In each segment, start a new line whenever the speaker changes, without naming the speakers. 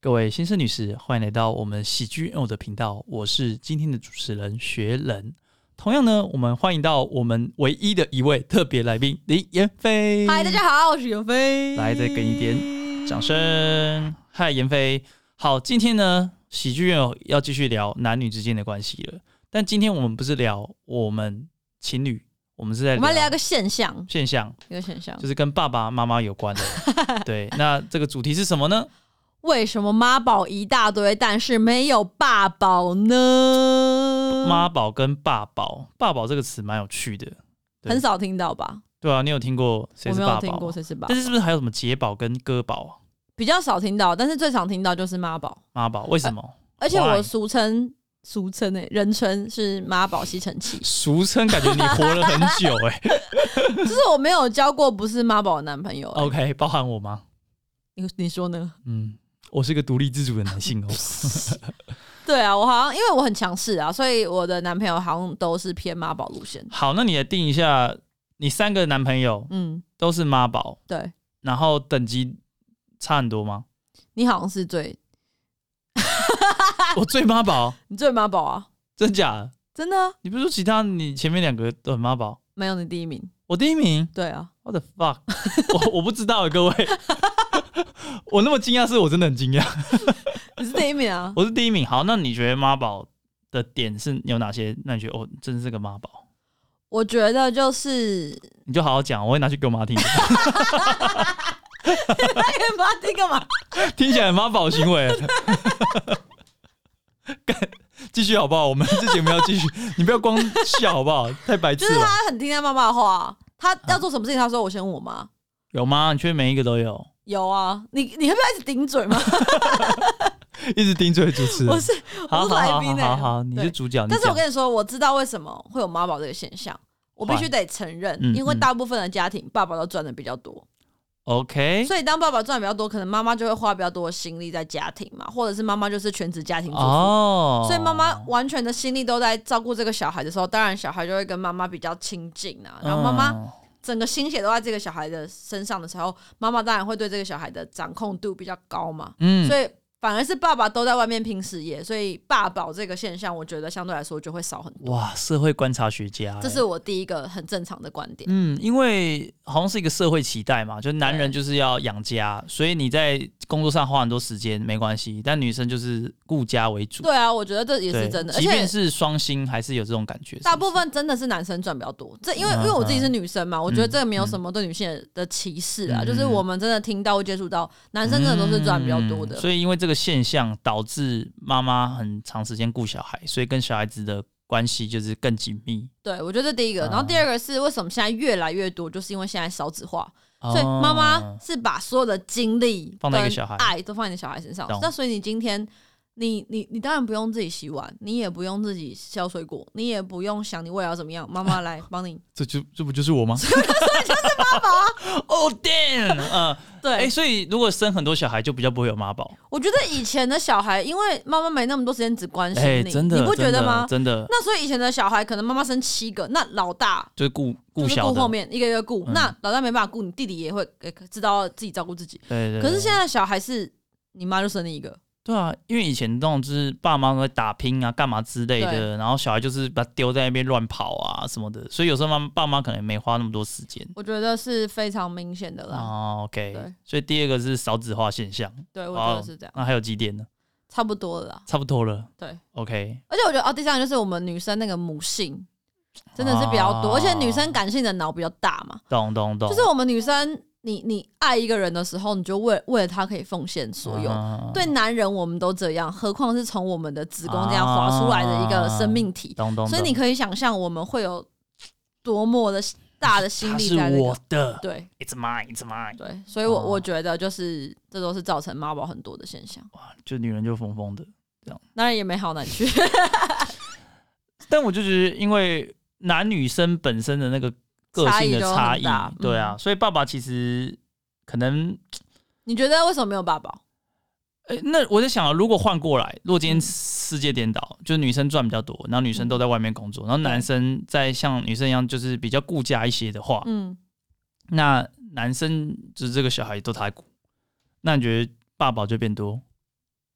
各位先生、女士，欢迎来到我们喜剧 N 的频道，我是今天的主持人学人。同样呢，我们欢迎到我们唯一的一位特别来宾林妍霏。
嗨，大家好，我是袁飞。
来再给你点掌声。嗨，妍霏。好，今天呢，喜剧院友要继续聊男女之间的关系了。但今天我们不是聊我们情侣，我们是在
我们来聊个现象，
现象，
一个现象，
就是跟爸爸妈妈有关的。 对，那这个主题是什么呢？
为什么妈宝一大堆，但是没有爸宝呢？
妈宝跟爸宝，爸宝这个词蛮有趣的，对
很少听到吧？
对啊，你有听过谁
我
是
没
爸
有听过
宝？啊
谁是爸，
但是是不是还有什么姐宝跟哥宝啊、
比较少听到，但是最常听到就是妈宝，
妈宝？为什么？
而且
Why？，
我俗称俗称诶、人称是妈宝吸尘器
俗称感觉你活了很久哎、
就是我没有交过不是妈宝的男朋友、欸。
OK，包含我吗？
你你说 呢？
嗯，我是一个独立自主的男性哦。
对啊，我好像因为我很强势啊，所以我的男朋友好像都是偏妈宝路线。
好，那你来定一下，你三个男朋友
嗯，
都是妈宝，
对
然后等级差很多 吗？
你好像是最
我最妈宝，
你最妈宝啊，
真假的？
真的啊、
你不是说其他你前面两个都很妈宝？
没有你第一名。
我第一名
对啊，
，What the fuck？我我不知道啊，各位， 我那么惊讶，是我真的很惊讶，
你是第一名啊。
我是第一名。好，那你觉得妈宝的点是有哪些？那你觉得哦，真是个妈宝，
我觉得就是，
你就好好讲，我会拿去给我妈听，
哎妈，这干嘛？
听起来很妈宝行为。 干继续好不好？我们这节目要继续，你不要光笑好不好？太白痴
就是
了。
他很听他妈妈的话啊，他要做什么事情，他说我先问我妈。
有吗？你确定每一个都有，
有啊，你你会不会一直顶嘴吗？
一直盯着主持人
我。是
好
我
好
是来
好
宾
好
呢、
好好，你是
对
主角。你
但是我
讲
跟你说，我知道为什么会有妈宝这个现象，我必须得承认，
嗯
因为
嗯
大部分的家庭爸爸都赚的比较多，
OK，
所以当爸爸赚的比较多，可能妈妈就会花比较多的心力在家庭嘛，或者是妈妈就是全职家庭主妇。
哦，
所以妈妈完全的心力都在照顾这个小孩的时候，当然小孩就会跟妈妈比较亲近啊。然后妈妈
嗯
整个心血都在这个小孩的身上的时候，妈妈当然会对这个小孩的掌控度比较高嘛。
嗯，
所以反而是爸爸都在外面拼事业，所以爸宝这个现象，我觉得相对来说就会少很多。
哇，社会观察学家欸，
这是我第一个很正常的观点。
嗯，因为好像是一个社会期待嘛，就男人就是要养家，所以你在工作上花很多时间没关系，但女生就是顾家为主，
对啊，我觉得这也
对，
是真的，而
即便
且。
是双薪，还是有这种感觉。
大
是不
部
是
分真的是男生赚比较多，这因为
嗯
因为我自己是女生嘛，我觉得这个没有
嗯
什么对女性的歧视
嗯
啊，
嗯
就是我们真的听到接触到，男生真的都是赚比较多的
嗯，所以因为这个现象导致妈妈很长时间顾小孩，所以跟小孩子的关系就是更紧密。
对，我觉得这第一个，
啊
然后第二个是为什么现在越来越多，就是因为现在少子化，所以妈妈
哦
是把所有的精力
放在一个
跟
小孩
爱都放在你的小孩身上
懂。
那所以你今天，你你你当然不用自己洗碗，你也不用自己削水果，你也不用想你未来要怎么样，妈妈来帮 你。
这就这不就是我吗？ 哦、damn，嗯、
对，
哎、所以如果生很多小孩，就比较不会有妈宝。
我觉得以前的小孩，因为妈妈没那么多时间只关心
哎、
你，
真的，
你不觉得吗？
真的，真的
那所以以前的小孩，可能妈妈生七个，那老大。
就是顾顾
就是
小
顾
的，
后面一个一个顾，
嗯
那老大没办法顾，你弟弟也会也知道自己照顾自己。
对对对
可是现在的小孩是，你妈就生你一个，
对啊，因为以前那种就是爸妈会打拼啊，干嘛之类的，
对
然后小孩就是把他丢在那边乱跑啊什么的，所以有时候妈爸妈可能没花那么多时间。
我觉得是非常明显的啦。
哦，OK，
啊对
所以第二个是少子化现象，
对，我觉
哦
得是这样，
那还有几点呢？
差不多了啦。
差不多了
对，
，OK，
而且我觉得哦，第三个就是我们女生那个母性真的是比较多，
哦
而且女生感性的脑比较大嘛，
懂懂懂，
就是我们女生，你你爱一个人的时候，你就为为了他可以奉献所有。
嗯
对男人我们都这样，何况是从我们的子宫这样滑出来的一个生命体，
啊懂懂，
所以
懂
你可以想象我们会有多么的大的心
它
力
是
在那
我
个。
的
对，
，It's mine，It's mine，
对，所以我，我、
哦
觉得就是这都是造成妈宝很多的现象，
哇，就女人就疯疯的，
当然也没好哪里去。
但我就觉得，因为男女生本身的那个个性的差
差
异
异都很大，嗯
对啊，所以爸爸其实可能，
你觉得为什么没有爸宝？
诶，那我在想啊，如果换过来，如果今天
嗯
世界颠倒，就是女生赚比较多，然后女生
嗯
都在外面工作，然后男
对
生在像女生一样就是比较顾家一些的话，
嗯，
那男生就是这个小孩都他顾，那你觉得爸宝就变多？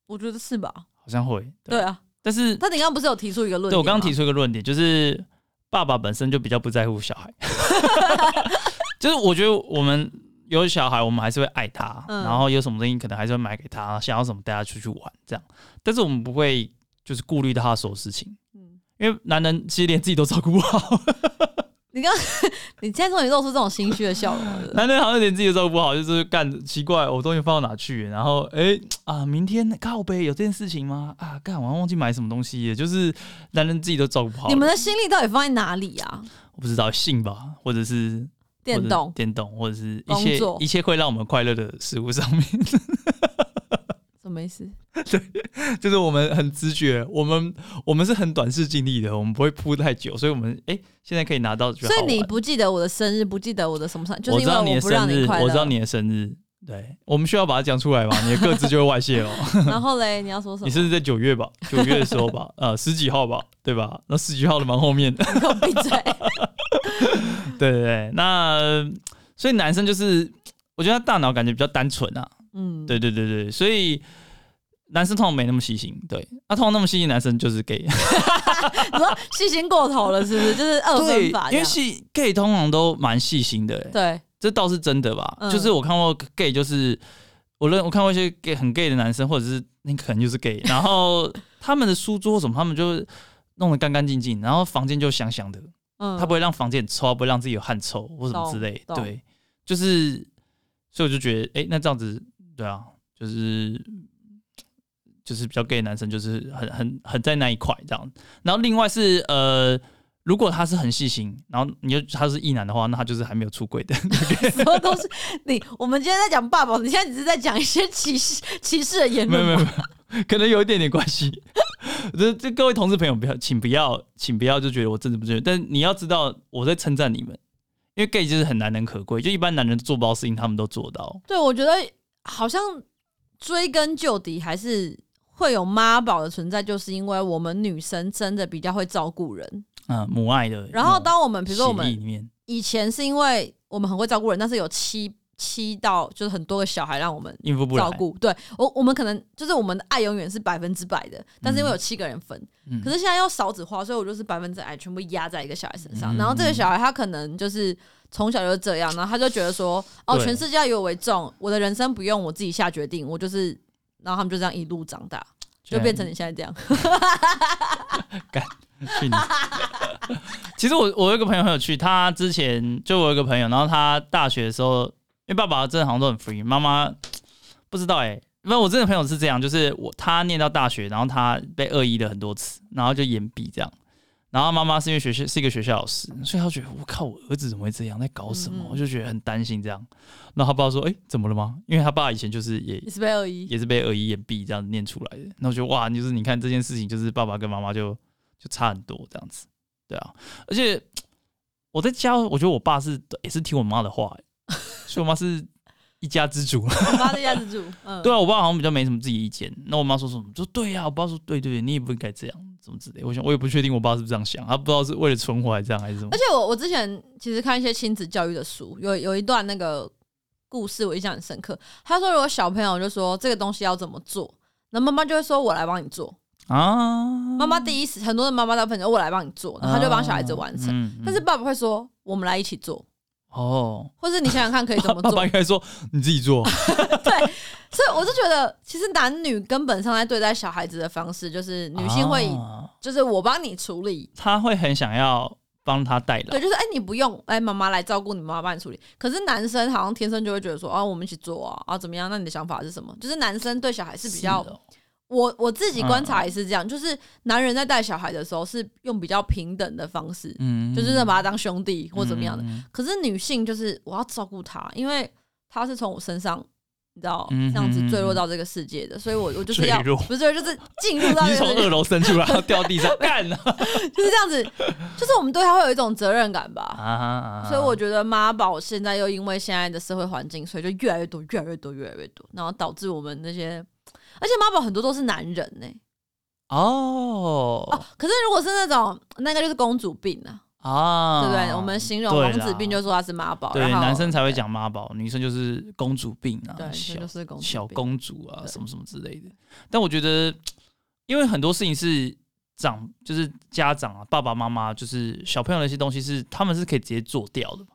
我觉得是吧？
好像会。
对啊，
但是
但你刚刚不是有提出一个论点吗？
对我刚刚提出一个论点，就是爸爸本身就比较不在乎小 孩， 就是我觉得我们有小孩，我们还是会爱他，
嗯
然后有什么东西可能还是会买给他，想要什么带他出去玩这样，但是我们不会就是顾虑到他所有事情，
嗯
因为男人其实连自己都照顾不好，
你刚你现在终于露出这种心虚的笑容了。
男人好像连自己都照顾不好，就是干奇怪，我东西放到哪去？然后哎、啊，明天靠呗，有这件事情吗？啊，干，我好像忘记买什么东西了，就是男人自己都照顾不好了。
你们的心力到底放在哪里啊？
我不知道性吧，或者是
电
或
动
者电动，或者是一
工
切
作
一切会让我们快乐的事物上面，
什么意思？
就是我们很直觉，我们我们是很短视尽力的，我们不会铺太久，所以我们哎、现在可以拿到觉得
所以
好玩
你不记得我的生日，不记得我的什么上，就
我
是
知
因为
道你的
不让
生日，
快乐。
我知道。你的生日，对我们需要把它讲出来吧，你的个子就会外 泄哦。
然后嘞，你要说什
你
么？
生日在九月吧，九月的时候吧，呃十几号吧，对吧？那十几号的蛮后面的，
你给我闭嘴！
对对对，那呃所以男生就是我觉得他大脑感觉比较单纯啊，
嗯，
对对对对，所以男生通常没那么细心，对，啊，通常那么细心的男生就是 gay，
你说细心过头了，是不是？就是 二分法
因
这
为
样。
细 gay 通常都蛮细心的、欸，
对，
这倒是真的吧？
嗯
就是我看过 gay，就是我认我看过一些 gay 很 gay 的男生，或者是那可能就是 gay，然 后他们的书桌什么，他们就弄得干干净净，然后房间就香香的，
嗯，
他不会让房间很臭，不会让自己有汗臭或什么之类，
懂懂
对，就是，所以我就觉得，哎、那这样子，对啊，就是就是比较 gay 的男生，就是很很很在那一块这样。然后另外是呃，如果他是很细心，然后你就他是异男的话，那他就是还没有出柜的，
什么东西？你我们今天在讲爸爸，你现在只是在讲一些歧视歧视的言
没有
论
没
吧。
有，没有 可能有一点点关系。 这这各位同志朋友，不要，请不要，请不要就觉得我政治不正确，但你要知道我在称赞你们，因为 gay 就是很难能可贵，就一般男人做不到的事情，他们都做到。
对，我觉得好像追根究底还是会有妈宝的存在，就是因为我们女生真的比较会照顾人。
嗯，母爱的。
然后当我们比如说我
协议
们
里面，
以前是因为我们很会照顾人，但是有七七到就是很多个小孩让我们
应付不来
照，顾。对我我们可能就是我们的爱永远是百分之百的，但是因为有七个人分，
嗯
可是现在要少子化，所以我就是百分之百全部压在一个小孩身上。
嗯
然后这个小孩他可能就是从小就是这样，然后他就觉得说，哦，
对
全世界以我为重，我的人生不用我自己下决定，我就是，然后他们就这样一路长大，就变成你现在这样。
去你 其实我我有一个朋友很有趣，他之前就我有一个朋友，然后他大学的时候，因为爸爸真的好像都很 free，妈妈不知道哎、欸。因为我真的朋友是这样，就是我他念到大学，然后他被恶意了很多次，然后就延毕这样。然后妈妈是因为学校是一个学校老师，所以他觉得我靠，我儿子怎么会这样，在搞什么
嗯？嗯
我就觉得很担心这样。然后他爸说：“哎、怎么了吗？”因为他爸以前就是也
你是被恶意，
也是被耳移眼闭这样念出来的。那我觉得哇，就是你看这件事情，就是爸爸跟妈妈就就差很多这样子，对啊。而且我在家，我觉得我爸是也是听我妈的话、欸所以我妈是一家之主。
我妈在家自助，嗯，
对啊，我爸好像比较没什么自己意见。那我妈说什么？说对呀、啊，我爸说对对对，你也不应该这样，怎么之类。我想我也不确定我爸是不是这样想，他不知道是为了存活还是这样还是什么
而。且我我之前其实看一些亲子教育的书，有有一段那个故事我印象很深刻。他说，如果小朋友就说这个东西要怎么做，那妈妈就会说我来帮你做。
啊，
妈妈第一时很多的妈妈大部分说我来帮你做，然后他就帮小孩子完成。
嗯嗯
但是爸爸会说我们来一起做，
哦，
或是你想想看可以怎么
爸
做。
爸应该说你自己做。
所以我就觉得，其实男女根本上在对待小孩子的方式，就是女性会以、
啊
就是我帮你处理，
他会很想要帮他带来
对，。就是哎、你不用，哎、妈妈来照顾你，妈妈帮你处理。可是男生好像天生就会觉得说，哦，我们一起做啊，啊怎么样？那你的想法是什么？就是男生对小孩是比较，
哦
我我
嗯
自己观察也是这样，就是男人在带小孩的时候是用比较平等的方式，
嗯
就是真的把他当兄弟或怎么样的。
嗯
可是女性就是我要照顾她，因为她是从我身上，你知道
嗯
这样子坠落到这个世界的，所以我我就是要
坠落
不是就是进入到
你
这
是从二
个，
楼伸出来，然后掉地 上，干啊了
就是这样子，就是我们对她会有一种责任感 吧。
啊
所以我觉得妈宝现在又因为现在的社会环境，所以就越来越多、越来越多、越来越多，然后导致我们那些，而且妈宝很多都是男人呢、哦
哦
哦，可是如果是那种，那个就是公主病啊，
啊，
对不对？我们形容
对
王
啦
子病就说他是妈宝，
对
然后
男生才会讲妈宝，女生就是公主病啊，
对，这
小
就是公主
小
病
公主啊，
对
什么什么之类的。但我觉得，因为很多事情是长，就是家长啊，爸爸妈妈，就是小朋友的一些东西是他们是可以直接做掉的嘛。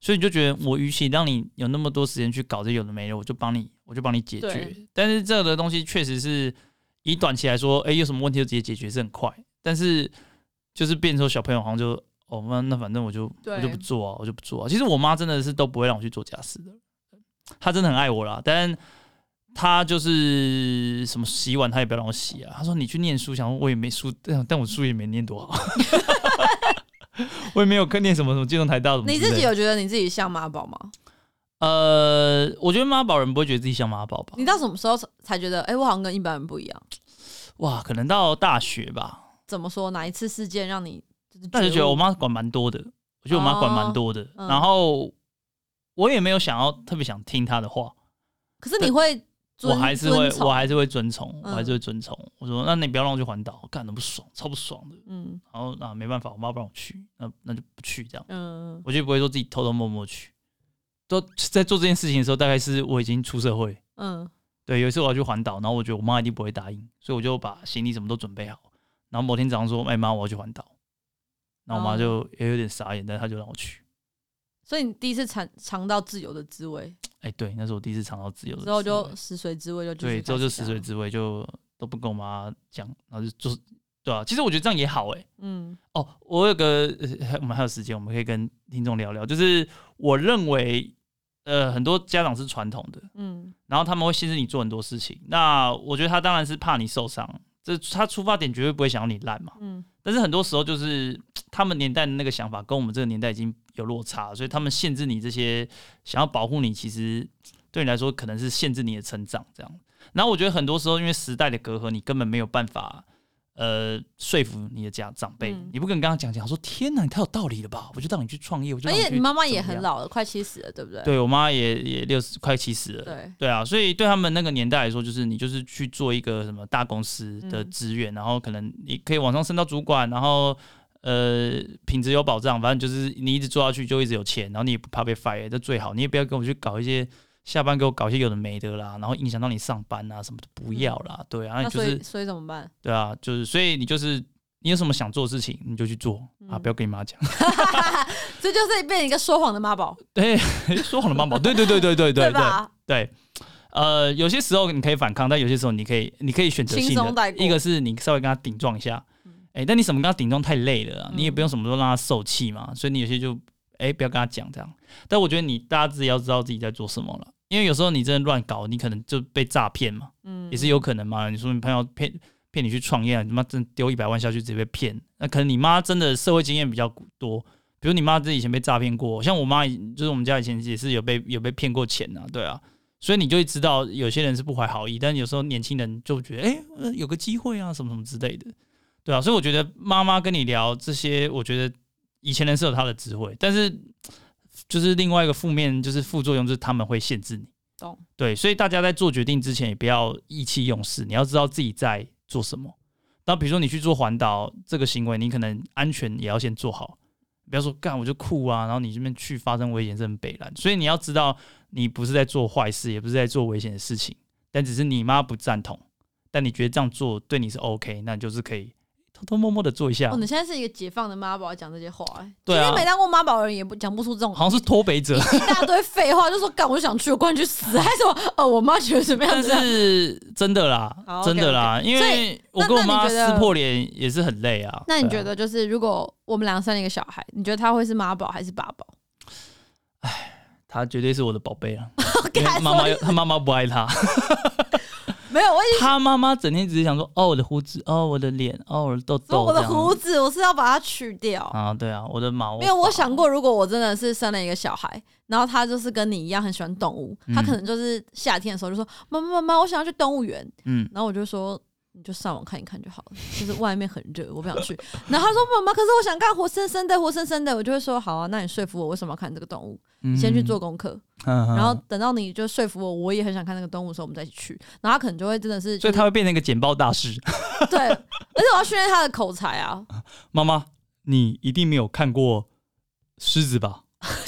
所以你就觉得，我与其让你有那么多时间去搞这有的没的，我就帮你，我就帮你解决
对。
但是这个的东西确实是以短期来说，哎、有什么问题就直接解决是很快，但是就是变成说小朋友好像就哦，那那反正我就
对
我就不做啊，我就不做啊。其实我妈真的是都不会让我去做家事的，她真的很爱我啦，但她就是什么洗碗她也不要让我洗啊。她说你去念书，想说我也没书，但但我书也没念多好， 我也没有跟念什么什么金融台大什么之
你
类的。
自己有觉得你自己像妈宝吗？
呃，我觉得妈宝人不会觉得自己像妈宝吧？
你到什么时候才才觉得，哎、我好像跟一般人不一样？
哇，可能到大学吧，
怎么说？哪一次事件让你就是
那就觉得我
悟
妈管蛮多的，我觉得我妈管蛮多的，
嗯
然后我也没有想要特别想听她的话，
可是你会
我
遵，
还是会
遵从
我还是会遵从，
嗯
我还是会遵从。我说那你不要让我去环岛，我干的不爽，超不爽的。
嗯
然后啊没办法，我妈不让我去，那那就不去这样，
嗯
我就不会说自己偷偷摸摸去。都在做这件事情的时候，大概是我已经出社会，
嗯，
对，有一次我要去环岛，然后我觉得我妈一定不会答应，所以我就把行李什么都准备好。然后某天早上说：“哎妈，我要去环岛。”然后我妈就
哦
也有点傻眼，但是她就让我去。
所以你第一次尝尝到自由的滋味，
哎，对，那是我第一次尝到自由的
之后
滋味
就食髓知味就继续啊
对，之后
开
就
始
死
这
水
样
之味，就都不跟我妈讲，然后就就是对啊。其实我觉得这样也好哎、
嗯
哦，我有个、呃我们还有时间，我们可以跟听众聊聊，就是我认为呃很多家长是传统的，
嗯
然后他们会限制你做很多事情。那我觉得他当然是怕你受伤，这他出发点绝对不会想要你烂嘛。
嗯
但是很多时候就是他们年代的那个想法跟我们这个年代已经有落差，所以他们限制你这些想要保护你，其实对你来说可能是限制你的成长这样。然后我觉得很多时候因为时代的隔阂，你根本没有办法。呃，说服你的家长辈，
嗯
你不跟你刚刚讲讲说，天哪，你太有道理了吧？我就让你去创业，我就
而
让你
且
去
你妈妈
怎
也
么
很
样，
老了，快七十了，对不对？
对我妈也也六十快七十了，
对
对啊，所以对他们那个年代来说，就是你就是去做一个什么大公司的
嗯
职员，然后可能你可以往上升到主管，然后呃品质有保障，反正就是你一直做下去就一直有钱，然后你也不怕被 fire，这最好。你也不要跟我去搞一些下班给我搞一些有的没的啦，然后影响到你上班啊什么的，不要啦。对啊，
嗯那
你就
所
是
以所以怎么办？
对啊，就是所以你就是你有什么想做的事情你就去做、啊，
嗯
不要跟你妈讲。
这就是变成一个说谎的妈宝，
对，说谎的妈宝，对对对对对对对。
吧？
对，呃，有些时候你可以反抗，但有些时候你可以，你可以选择性
轻松带
的，
过嗯
一个是你稍微跟他顶撞一下，哎、但你什么跟他顶撞太累了啊、你也不用什么都让他受气嘛，所以你有些就哎、不要跟他讲这样。但我觉得你大家自己要知道自己在做什么了，因为有时候你真的乱搞，你可能就被诈骗嘛，
嗯
也是有可能嘛。你说你朋友骗骗你去创业，你妈真的丢一百万下去直接被骗，那可能你妈真的社会经验比较多。比如你妈自己以前被诈骗过，像我妈以就是我们家以前也是有被有被骗过钱啊，对啊，所以你就会知道有些人是不怀好意，但有时候年轻人就觉得哎、诶呃有个机会啊，什么什么之类的，对啊，所以我觉得妈妈跟你聊这些，我觉得以前人是有他的智慧，但是就是另外一个负面就是副作用就是他们会限制你，
懂？
对，所以大家在做决定之前也不要意气用事，你要知道自己在做什么。那比如说你去做环岛这个行为，你可能安全也要先做好，不要说干我就酷啊，然后你这边去发生危险是很北蓝，所以你要知道你不是在做坏事，也不是在做危险的事情，但只是你妈不赞同，但你觉得这样做对你是 OK，那你就是可以偷偷摸摸的做一下
哦，，你现在是一个解放的妈宝，讲这些话、哎
对啊
今天没当过妈宝的人也不讲不出这种
好像是脱北 者，
一大堆废话，就说干我就想去，我关你去死，还是什么？哦，我妈觉得怎么样啊
但
怎么样？
是真的啦
好，
真的啦，因
所
为
以
我
那
跟我
那你
妈
觉得
撕破脸也是很累啊。
那你
对啊
觉得，就是如果我们两个生了一个小孩，你觉得他会是妈宝还是爸宝？
她绝对是我的宝贝 啊！因
干
为妈妈
所以
她妈妈不爱她，
没有，我一直
她妈妈整天只是想说哦我的胡子，哦我的脸，哦我的痘
说
痘，
我的
这样
胡子，我是要把它去掉。
啊，对啊，我的毛
没有，我想过，如果我真的是生了一个小孩，然后他就是跟你一样很喜欢动物，
嗯
他可能就是夏天的时候就说：“妈妈妈妈，我想要去动物园。”
嗯，
然后我就说。你就上网看一看就好了，就是外面很热，我不想去。 然后他说：“妈妈，可是我想看活生生的，活生生的。”我就会说：“好啊，那你说服我为什么要看这个动物？
嗯
你先去做，功课，
嗯
然后
嗯
等到你就说服我，我也很想看那个动物的时候，我们再一起去。”然后他可能就会真的是、
所
就
以
是，
她会变成一个简报大师。
对，而且我要训练他的口才啊，
妈妈，你一定没有看过狮子吧？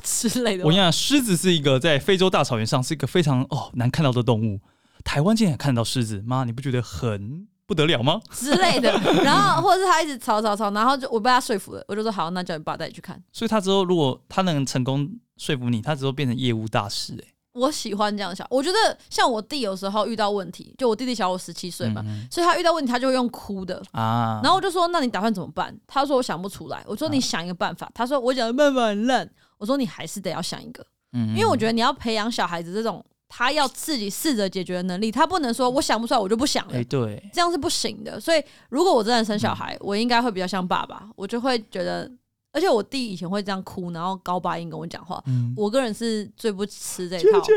之类的
我跟你。讲，狮子是一个在非洲大草原上是一个非常哦难看到的动物。台湾竟然看得到狮子，妈，你不觉得很不得了吗？
之类的， 然后或者是他一直吵吵吵，然后就我被他说服了，我就说好，那叫你爸带你去看。
所以他之后如果他能成功说服你，他之后变成业务大师、欸，
我喜欢这样想，我觉得像我弟有时候遇到问题，就我弟弟小我十七岁嘛，
嗯
所以他遇到问题他就会用哭的。
啊，
然后我就说：“那你打算怎么办？”他说：“我想不出来。”我说：“你想一个办法。”他说：“我想的办法很烂。”我说：“你还是得要想一个，
因
因为我觉得你要培养小孩子这种他要自己试着解决的能力，他不能说我想不出来我就不想了
哎、。对，
这样是不行的。所以如果我真的生小孩，
嗯
我应该会比较像爸爸，我就会觉得，而且我弟以前会这样哭，然后高八音跟我讲话。
嗯，
我个人是最不吃这一
姐
套，
姐，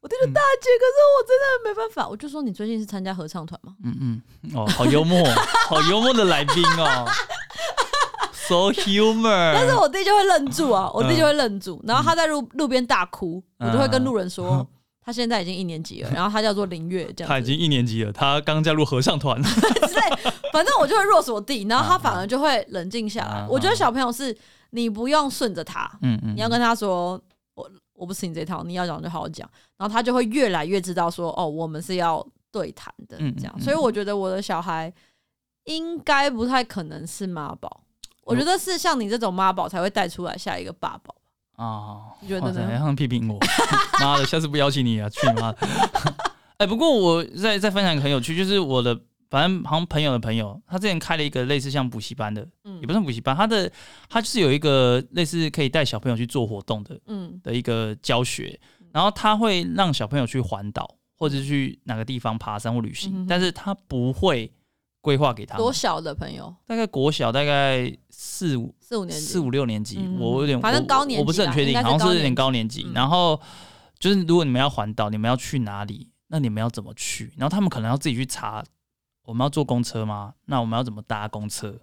我弟就大姐，可是我真的没办法。我就说你最近是参加合唱团吗？
嗯嗯，哦，好幽默，好幽默的来宾哦，so humor，
但是我弟就会愣住
嗯
啊，我弟就会愣住，然后他在路路边大哭，我就会跟路人
嗯
说。他现在已经一年级了，然后他叫做林月，这样子
他已经一年级了，他刚加入合唱 团，
之类，反正我就会弱锁弟，然后
嗯
他反而就会冷静下
啊
来
啊。
我觉得小朋友是你不用顺着他，
嗯嗯
你要跟他说，我我不吃你这套，你要讲就好好讲，然后他就会越来越知道说，哦，我们是要对谈的
嗯嗯
这样。
嗯
所以我觉得我的小孩应该不太可能是妈宝，
哦
我觉得是像你这种妈宝才会带出来下一个爸宝。
啊，
你觉得
哇
呢
塞还想批评我， 妈的，下次不邀请你啊，去你妈的！ 哎，不过我再再分享一个很有趣，就是我的反正好像朋友的朋友，他之前开了一个类似像补习班的，
嗯
也不算补习班，他的他就是有一个类似可以带小朋友去做活动的
嗯
的一个教学，然后他会让小朋友去环岛或者去哪个地方爬山或旅
嗯
行，
哼
但是他不会规划给他们
多小的朋友，
大概国小大概四五
四五年级
四，五六年级，
嗯
我有点
反正
我
高年级啦
我不是很确定，
应该是
好像是有点
高
高年级。
嗯
然后就是如果你们要环岛，你们要去哪里？那你们要怎么去？然后他们可能要自己去查，我们要坐公车吗？那我们要怎么搭公车？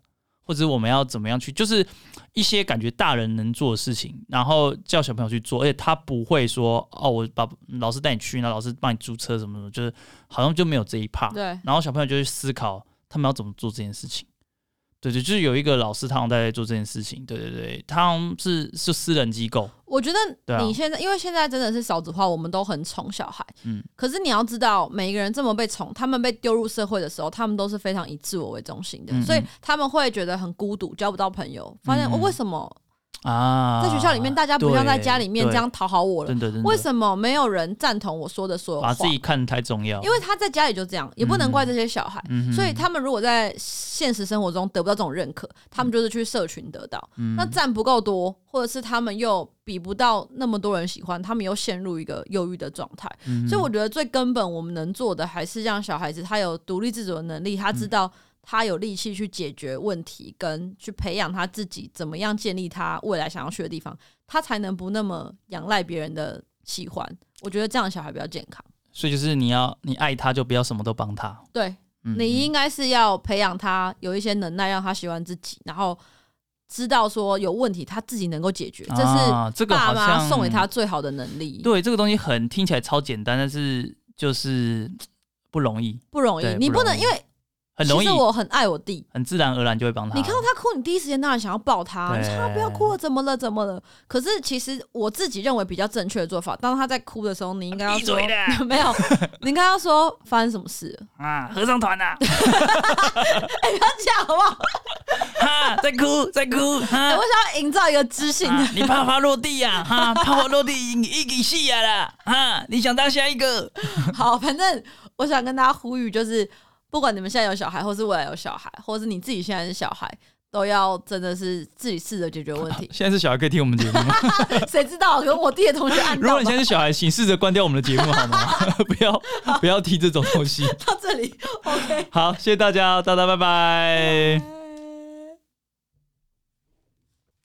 或者我们要怎么样去？就是一些感觉大人能做的事情，然后叫小朋友去做，而且他不会说哦，我把老师带你去，那老师帮你租车什么什么，就是好像就没有这一趴。
对，
然后小朋友就去思考他们要怎么做这件事情。对对，就是有一个老师，他好像在做这件事情。对对对，他好像是是私人机构，
我觉
对
得
啊
你现在，因为现在真的是少子化，我们都很宠小孩。
嗯
可是你要知道，每一个人这么被宠，他们被丢入社会的时候，他们都是非常以自我为中心的，
嗯嗯
所以他们会觉得很孤独，交不到朋友，发现、
嗯嗯
哦、为什么
啊，
在学校里面大家不像在家里面
对
这样讨好我了
对，？对对，
为什么没有人赞同我说的所有
把
话？
自己看太重要？
因为他在家里就这样，也不能怪这些小孩。
嗯哼
所以他们如果在现实生活中得不到这种认
嗯
可，他们就是去社群得到。那赞不够多，或者是他们又比不到那么多人喜欢，他们又陷入一个忧郁的状态。
嗯
所以我觉得最根本我们能做的，还是让小孩子他有独立自主的能力，他知
嗯
道他有力气去解决问题，跟去培养他自己怎么样建立他未来想要去的地方，他才能不那么仰赖别人的喜欢。我觉得这样小孩比较健康。
所以就是你要你爱他，就不要什么都帮他。
对，
嗯
你应该是要培养他有一些能耐，让他喜欢自己，然后知道说有问题他自己能够解决，这是
啊这个
爸
好
妈
像
送给他最好的能力。
对这个东西很听起来超简单，但是就是不容易，
不容易
对，
你
不
不
容
能
易
因为
很容易
其实，我很爱我弟，
很自然而然就会帮他。
你看到他哭，你第一时间当然想要抱他，
对
你说他不要哭了，怎么了，怎么了？可是其实我自己认为比较正确的做法，当他在哭的时候，你应该要
闭
说
嘴啦
没有，你应该要说发生什么事 了，
啊，合唱团 啊，
哎、不要这样好不好？
哈，啊在哭，在哭，啊哈
哎我。想要营造一个知性的
啊， 你怕怕落地 呀、哈，怕我落地一一起戏呀啊啦，哈，你想当下一个？
好，反正我想跟大家呼吁，就是不管你们现在有小孩，或是未来有小孩，或是你自己现在是小孩，都要真的是自己试着解决问 题。
现在是小孩可以听我们节目吗？
谁知道？跟我弟的同学按
如
到
果你
吧
现在是小孩，请试着关掉我们的节目好吗？ 不要不要提这种东西。
到这里，OK。
好，谢谢大家，大家拜拜